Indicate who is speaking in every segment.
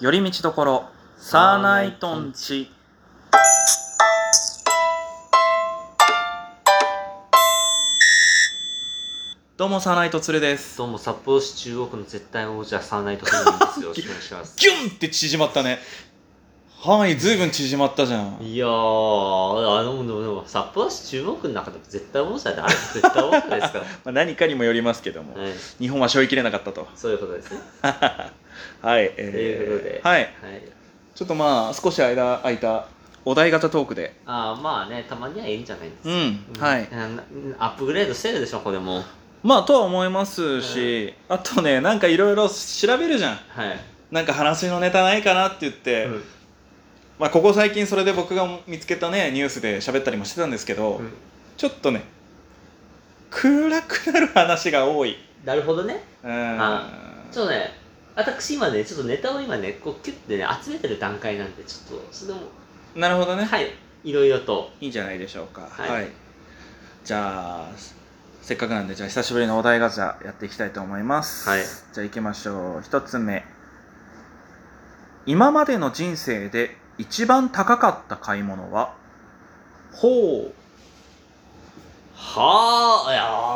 Speaker 1: 寄り道どころサーナイトンチどうもサーナイトツルです
Speaker 2: どうも札幌市中央区の絶対王者サーナイトセブンで すよ。よろしくお願いします。
Speaker 1: ギュンって縮まったね範囲ずいぶん縮まったじゃん
Speaker 2: いやー、あの、でも、でも札幌市中央区の中でも絶対王者であれ絶対王者ですから。
Speaker 1: まあ何かにもよりますけども
Speaker 2: はい、
Speaker 1: 日本は背負いきれなかったと
Speaker 2: そういうことですね。
Speaker 1: はい、えー
Speaker 2: ということで
Speaker 1: はい
Speaker 2: はい。
Speaker 1: ちょっとまあ少し間空いたお題型トークで
Speaker 2: ああ、まあね、たまにはいいんじゃないです
Speaker 1: う
Speaker 2: か。
Speaker 1: ん
Speaker 2: うん
Speaker 1: はい
Speaker 2: ななアップグレードしてるでしょ、これも。
Speaker 1: まあとは思いますし、あとねなんかいろいろ調べるじゃん
Speaker 2: はい。
Speaker 1: なんか話のネタないかなって言って、
Speaker 2: うん
Speaker 1: まあ、ここ最近それで僕が見つけたねニュースで喋ったりもしてたんですけど、
Speaker 2: うん
Speaker 1: ちょっとね暗くなる話が多い、
Speaker 2: なるほどね。
Speaker 1: うん、
Speaker 2: あちょっとね、私今ね、ちょっとネタを今ね、こうキュッてね、集めてる段階なんで、ちょっと、それも、
Speaker 1: なるほどね、
Speaker 2: はい、いろいろと。
Speaker 1: い、いんじゃないでしょうかは、
Speaker 2: はいい
Speaker 1: じゃあせっかくなんでじゃあ久しぶりのお題ガチャやっていきたいと思います、
Speaker 2: はい
Speaker 1: じゃあ行きましょう一つ目今までの人生で一番高かった買い物はほう
Speaker 2: はあ、い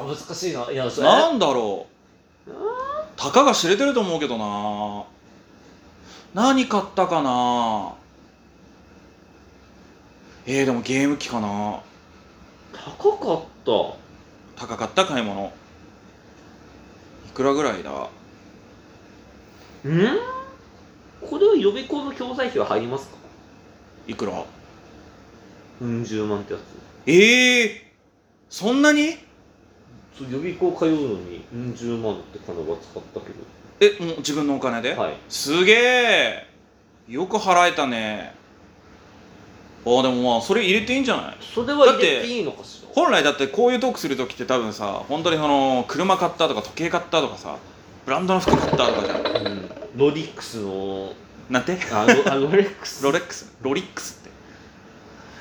Speaker 2: やー、難しいな。いや、それ。
Speaker 1: なんだろう
Speaker 2: う
Speaker 1: たかが知れてると思うけどな何買ったかなえー、でもゲーム機かな
Speaker 2: 高かった
Speaker 1: 高かった買い物いくらぐらいだ
Speaker 2: うんこれは予備校の教材費は入りますか
Speaker 1: いくら
Speaker 2: うん10万ってや
Speaker 1: えー、そんなに
Speaker 2: つそう予備校通うのにうん10万って金は使ったけど
Speaker 1: えもう自分のお金で、
Speaker 2: はい
Speaker 1: すげえよく払えたねあーでもまあそれ入れていいんじゃない
Speaker 2: それは入れていいのかしら
Speaker 1: 本来だってこういうトークする時って多分さ本当にその車買ったとか時計買ったとかさブランドの服買ったとかじゃん
Speaker 2: うんロリックスの
Speaker 1: なんて
Speaker 2: あ ロあロレックス
Speaker 1: ロレックスロリックスって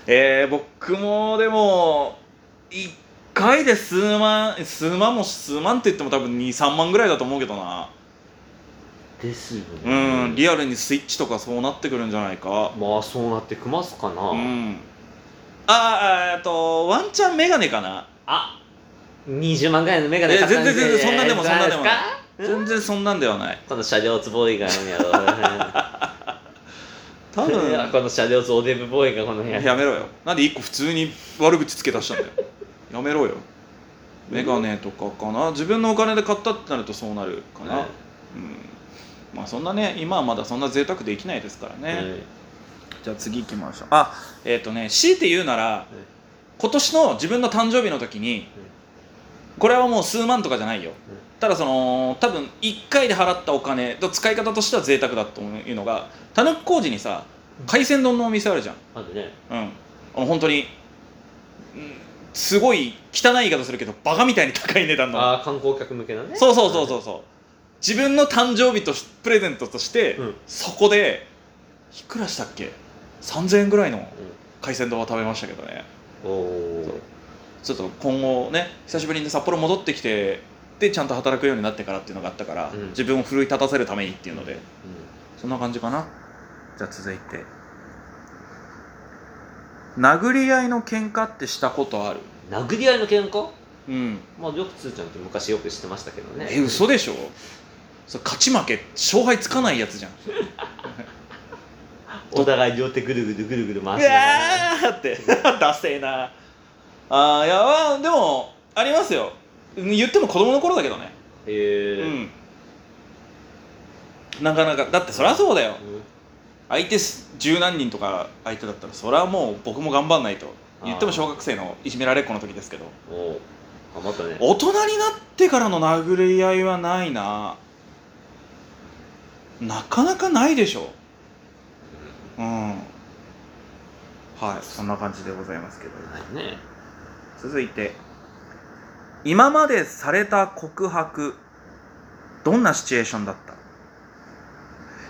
Speaker 1: えー、僕もでも1回で数万数万も数万って言っても多分23万ぐらいだと思うけどな
Speaker 2: ですよね
Speaker 1: うんリアルにスイッチとかそうなってくるんじゃないか
Speaker 2: まあそうなってくますかな、
Speaker 1: うんあーえっとワンチャンメガネかな
Speaker 2: あ20万ぐらいのメガネ
Speaker 1: いや全然
Speaker 2: 買った
Speaker 1: 全然そんなでも
Speaker 2: じゃい
Speaker 1: そんなでも
Speaker 2: すかうん
Speaker 1: 全然そんなんではない
Speaker 2: この車両ツボーイがこの 野郎
Speaker 1: 多
Speaker 2: いや
Speaker 1: 分
Speaker 2: この車両ツオデブボーイがこの野郎
Speaker 1: やめろよなんで一個普通に悪口つけ出したんだよ やめろよメガネとかかな自分のお金で買ったってなるとそうなるかな、
Speaker 2: はい
Speaker 1: うんまあそんなね今はまだそんな贅沢できないですからね、
Speaker 2: はい
Speaker 1: じゃあ次行きましょうあえっ、とね強いて言うなら今年の自分の誕生日の時にこれはもう数万とかじゃないよただその多分1回で払ったお金と使い方としては贅沢だというのが田中工事にさ海鮮丼のお店あるじゃん
Speaker 2: あとね、
Speaker 1: うん、あの本当に、うんすごい汚い言い方するけどバカみたいに高い値段の
Speaker 2: ああ観光客向けなね
Speaker 1: そうそうそうそうそう自分の誕生日としプレゼントとして、
Speaker 2: うん、うん
Speaker 1: そこでいくらしたっけ3000円ぐらいの海鮮丼は食べましたけどね
Speaker 2: おお
Speaker 1: そうちょっと今後ね久しぶりに札幌戻ってきてでちゃんと働くようになってからっていうのがあったから、
Speaker 2: うん
Speaker 1: 自分を奮い立たせるためにっていうので
Speaker 2: う
Speaker 1: そんな感じかなじゃあ続いて殴り合いの喧嘩ってしたことある
Speaker 2: ん、殴り合いの喧嘩
Speaker 1: うん
Speaker 2: まあよくつーちゃんって昔よくしてましたけどね
Speaker 1: え嘘でしょそれ勝ち負け勝敗つかないやつじゃん
Speaker 2: お互い両手ぐるぐるぐるぐる回し
Speaker 1: う
Speaker 2: ながら
Speaker 1: わーって ダセえなあーいやまあでもありますようん言っても子供の頃だけどね
Speaker 2: へえ
Speaker 1: うんなかなかだってそりゃそうだよ
Speaker 2: うん
Speaker 1: 相手す十何人とか相手だったらそれはもう僕も頑張んないと言っても小学生のいじめられっ子の時ですけど
Speaker 2: おう頑張ったね
Speaker 1: 大人になってからの殴り合いはないななかなかないでしょうんはいそんな感じでございますけど
Speaker 2: はいね
Speaker 1: 続いて今までされた告白どんなシチュエーションだった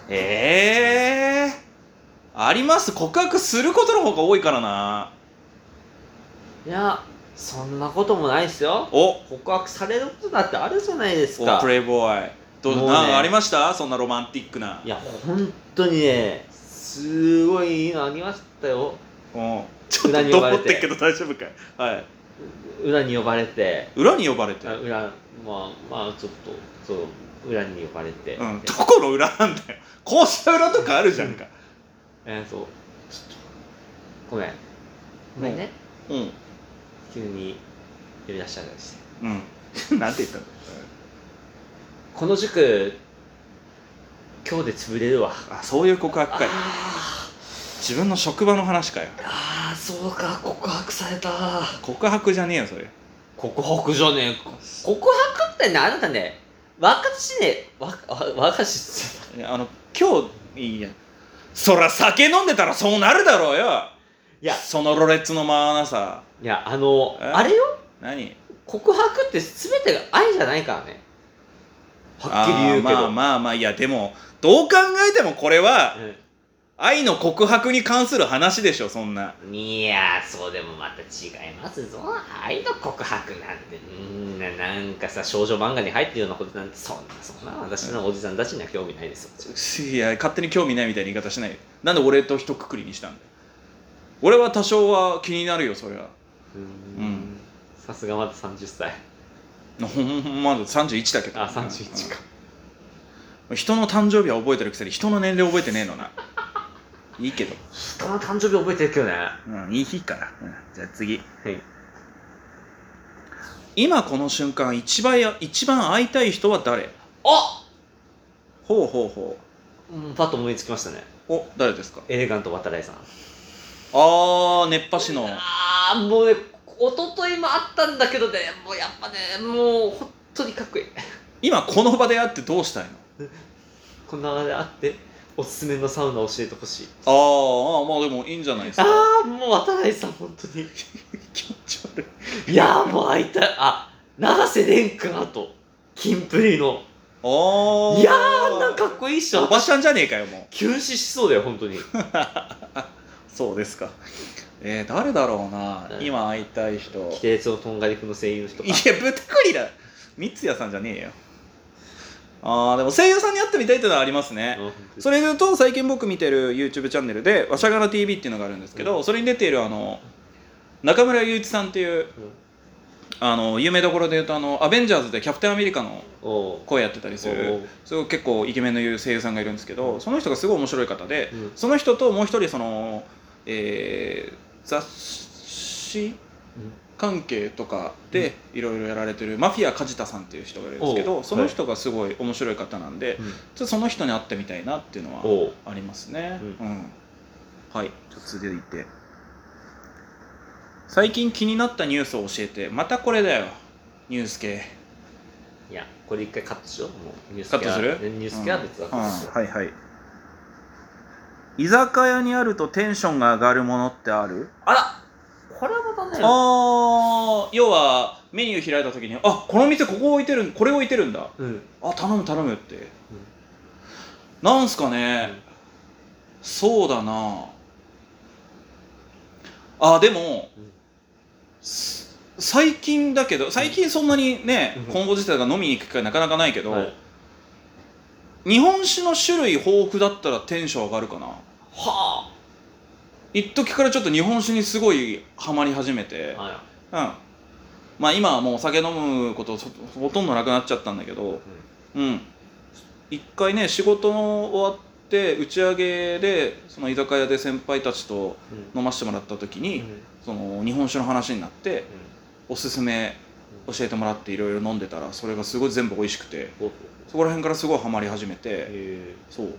Speaker 1: ええー、あります告白することの方が多いからない
Speaker 2: やそんなこともないですよ
Speaker 1: お
Speaker 2: 告白されることだってあるじゃないです
Speaker 1: お
Speaker 2: か
Speaker 1: プレイボーイどう
Speaker 2: もうね
Speaker 1: なんかありましたそんなロマンティックない
Speaker 2: や本当にねすごいいいのありましたよ
Speaker 1: うんちょっ
Speaker 2: 裏
Speaker 1: と
Speaker 2: に
Speaker 1: ど
Speaker 2: 呼
Speaker 1: こ
Speaker 2: ばれ
Speaker 1: っててっけど大丈夫かい、はい、
Speaker 2: 裏に呼ばれて
Speaker 1: 裏に呼ばれて
Speaker 2: あ裏まあまあちょっとそう裏に呼ばれて、
Speaker 1: うんどこの裏なんだよ校舎裏とかあるじゃんか
Speaker 2: えー、そうちょっとごめんごめんね
Speaker 1: うん
Speaker 2: 急に呼び出したりして
Speaker 1: うん なんて言ったの
Speaker 2: この塾今日で潰れるわ
Speaker 1: あそういう告白
Speaker 2: あ
Speaker 1: かい自分の職場の話かよ
Speaker 2: ーあーそうか告白された
Speaker 1: 告白じゃねえよそれ
Speaker 2: 告白じゃねえか告白ってねあなたね若しね若若し
Speaker 1: いやあの今日いいやそら酒飲んでたらそうなるだろうよ
Speaker 2: いや
Speaker 1: そのろれつの回らなさ
Speaker 2: いやあの
Speaker 1: え
Speaker 2: あれよ
Speaker 1: 何
Speaker 2: 告白って全てが愛じゃないからねはっきり言うけど
Speaker 1: あーまあまあまあいやでもどう考えてもこれは愛の告白に関する話でしょそんな
Speaker 2: うんいやそうでもまた違いますぞ愛の告白なんてうんななんかさ少女漫画に入ってるようなことなんてそんなそんな私のおじさんたちには興味ないですよ
Speaker 1: いや勝手に興味ないみたいな言い方しないよなんで俺と一括りにしたんだよ俺は多少は気になるよそりゃ
Speaker 2: う
Speaker 1: うん
Speaker 2: んさすがまだ30歳
Speaker 1: ほんまだ31だけど
Speaker 2: あ三31か
Speaker 1: 人の誕生日は覚えてるくせに人の年齢覚えてねえのないいけど
Speaker 2: 人の誕生日覚えてるけどねは
Speaker 1: うんいい日から、うん、じゃあ次
Speaker 2: い
Speaker 1: 今この瞬間一番や一番会いたい人は誰
Speaker 2: あ
Speaker 1: ほうほうほ
Speaker 2: うんパッと思いつきましたね
Speaker 1: うお誰ですか
Speaker 2: エレガント渡来さん
Speaker 1: あー熱波師の
Speaker 2: ああもうね一昨日もあったんだけどねもうやっぱねもう本当にかっこいい
Speaker 1: 今この場で会ってどうしたいの
Speaker 2: こんな場であっておすすめのサウナ教えてほしい
Speaker 1: あーあーまあでもいいんじゃないですか
Speaker 2: ああもう渡来さん本当に
Speaker 1: 気持ち悪い
Speaker 2: いやーもう会いたいあ永瀬廉君あとキンプリの
Speaker 1: ああ
Speaker 2: いやーあんなんかっこいいっしょ
Speaker 1: おばちゃんじゃねえかよもう
Speaker 2: 急死しそうだよ本当に
Speaker 1: そうですかえー、誰だろうな
Speaker 2: 誰
Speaker 1: 今会いたい人
Speaker 2: 規定のとんがりくんの声優の人
Speaker 1: いや、ぶったくりだ。三ツ矢さんじゃねえよ。ああ、でも声優さんに会ってみたいってのはありますね。そ
Speaker 2: れ
Speaker 1: れで言うと、最近僕見てる YouTube チャンネルで、わしゃがら TV っていうのがあるんですけど、それに出ているあの、中村祐一さんっていう、あの、有名どころで言うと、あの、アベンジャーズでキャプテンアメリカの
Speaker 2: おう
Speaker 1: 声やってたりす
Speaker 2: お
Speaker 1: る、
Speaker 2: う
Speaker 1: すごい結構イケメンの言う声優さんがいるんですけど、その人がすごい面白い方で
Speaker 2: う、ん
Speaker 1: その人ともう一人、その、えー雑誌関係とかでいろいろやられてるマフィア梶田さんっていう人がいるんですけ
Speaker 2: お
Speaker 1: ど
Speaker 2: う
Speaker 1: その人がすごい面白い方なんで、
Speaker 2: うん
Speaker 1: ちょっとその人に会ってみたいなっていうのは
Speaker 2: おう
Speaker 1: ありますね、う
Speaker 2: うん
Speaker 1: はいじゃあ続いて最近気になったニュースを教えてまたこれだよニュース系
Speaker 2: いやこれ一回カットしようもうニュース
Speaker 1: カットする
Speaker 2: 系はニュース系は別だから
Speaker 1: うんはいはい居酒屋にあるとテンションが上がるものってある
Speaker 2: あらこれはまたね
Speaker 1: あー要はメニュー開いた時にあこの店ここ置いてるんこれ置いてるんだ
Speaker 2: うん
Speaker 1: あ頼む頼むって、なんすかね、そうだなあでも、
Speaker 2: うん
Speaker 1: す最近だけど最近そんなにね、
Speaker 2: うん
Speaker 1: 今後自体が飲みに行く機会なかなかないけど、
Speaker 2: はい
Speaker 1: 日本酒の種類豊富だったらテンション上がるかな
Speaker 2: は
Speaker 1: 一時からちょっと日本酒にすごいハマり始めて、
Speaker 2: ああ
Speaker 1: うんまあ今はもうお酒飲むことそほとんどなくなっちゃったんだけどうん一回ね仕事の終わって打ち上げでその居酒屋で先輩たちと
Speaker 2: うん
Speaker 1: 飲ませてもらった時に、
Speaker 2: うん
Speaker 1: その日本酒の話になっておすすめ
Speaker 2: うん
Speaker 1: 教えてもらっていろいろ飲んでたらそれがすごい全部美味しくて
Speaker 2: おう
Speaker 1: そこら辺からすごいハマり始めて、
Speaker 2: へ
Speaker 1: そう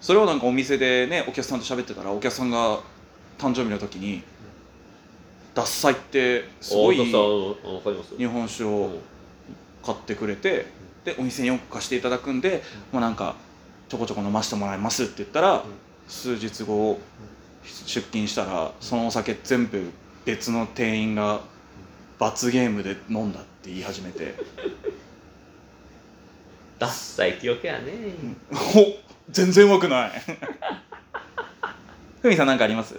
Speaker 1: それをなんかお店でねお客さんと喋ってたらお客さんが誕生日の時に「獺祭って
Speaker 2: ー
Speaker 1: すごい
Speaker 2: あそうそうわかります
Speaker 1: 日本酒
Speaker 2: う
Speaker 1: を
Speaker 2: ん
Speaker 1: 買ってくれてでお店によく貸していただくんで、もうなんかちょこちょこ飲ませてもらいますって言ったら、数日後出勤したらそのお酒全部別の店員が罰ゲームで飲んだって言い始めて
Speaker 2: ダッサい記憶やね
Speaker 1: お全然うまくないふみさんなんかあります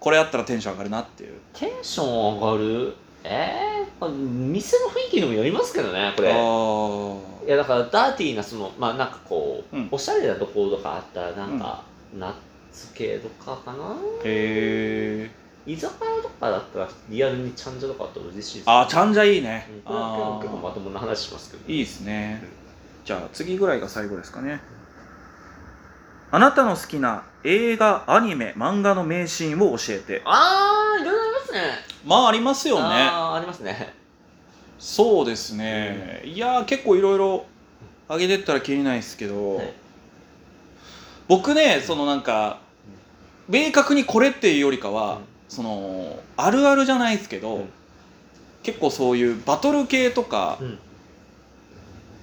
Speaker 1: これあったらテンション上がるなっていう
Speaker 2: テンション上がるえまあ店の雰囲気にもよりますけどねこ
Speaker 1: あ
Speaker 2: れ
Speaker 1: ー
Speaker 2: いやだからダーティーなそのまあなんかこう、
Speaker 1: うん
Speaker 2: おしゃれなところとかあったらなんか、ナッツ系とかかな
Speaker 1: へえ
Speaker 2: 居酒屋とかだったらリアルにちゃんじゃとかあったら嬉しいです
Speaker 1: あーちゃんじゃいいね
Speaker 2: うんこれ
Speaker 1: あ
Speaker 2: は結構ま
Speaker 1: ー
Speaker 2: ともな話しますけど、
Speaker 1: いいですねじゃあ次ぐらいが最後ですかねあなたの好きな映画アニメ漫画の名シーンを教えて
Speaker 2: ああいろいろありますね
Speaker 1: まあありますよね
Speaker 2: あーありますね
Speaker 1: そうですね、いやー結構いろいろ上げてったらきりないですけど、
Speaker 2: はい
Speaker 1: 僕ねそのなんか明確にこれっていうよりかは、
Speaker 2: うん
Speaker 1: そのあるあるじゃないですけど、
Speaker 2: うん
Speaker 1: 結構そういうバトル系とか、
Speaker 2: うん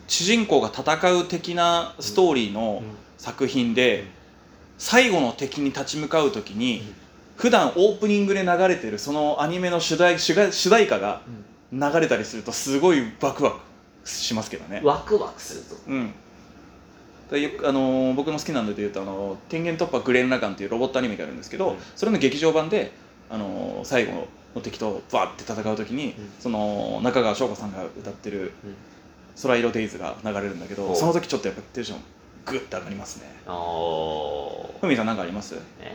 Speaker 1: 主人公が戦う的なストーリーの作品で、
Speaker 2: うん
Speaker 1: 最後の敵に立ち向かう時に、
Speaker 2: うん
Speaker 1: 普段オープニングで流れてるそのアニメの主題主題主題歌が流れたりするとすごいワクワクしますけどね。
Speaker 2: ワクワクすると
Speaker 1: うんでよくあのー僕の好きなので言うと「あのー天元突破グレーナガン」っていうロボットアニメがあるんですけど、
Speaker 2: うん
Speaker 1: それの劇場版で、あのー最後の敵とバーって戦う時に、
Speaker 2: うん
Speaker 1: その中川翔子さんが歌ってる
Speaker 2: うん
Speaker 1: 「空色デイズ」が流れるんだけど、
Speaker 2: おう
Speaker 1: その時ちょっとやっぱテンショングッて上がりますね
Speaker 2: ああ
Speaker 1: ふみさん何かあります
Speaker 2: え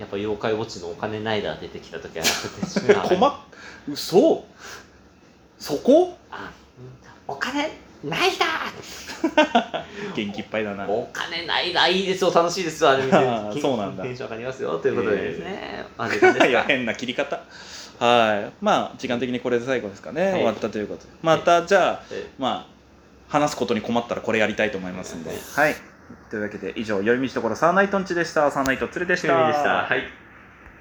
Speaker 2: やっぱ妖怪ウォッチのお金ないだ出てきた時はやっぱ
Speaker 1: 細っ嘘そこ
Speaker 2: あお金ないだ
Speaker 1: 元気いっぱいだな
Speaker 2: お金ないだいいですよ楽しいですよあれ見て
Speaker 1: あーそうなんだ
Speaker 2: テンション上がりますよということでですね、あ時間で
Speaker 1: い
Speaker 2: すか
Speaker 1: や変な切り方はいまあ時間的にこれで最後ですかね、
Speaker 2: はい
Speaker 1: 終わったということでまたじゃあ
Speaker 2: え
Speaker 1: まあ、話すことに困ったらこれやりたいと思いますんで。はい。というわけで、以上、寄り道ところサーナイトンチでした。サーナイトツルでした。
Speaker 2: 趣味でしたはい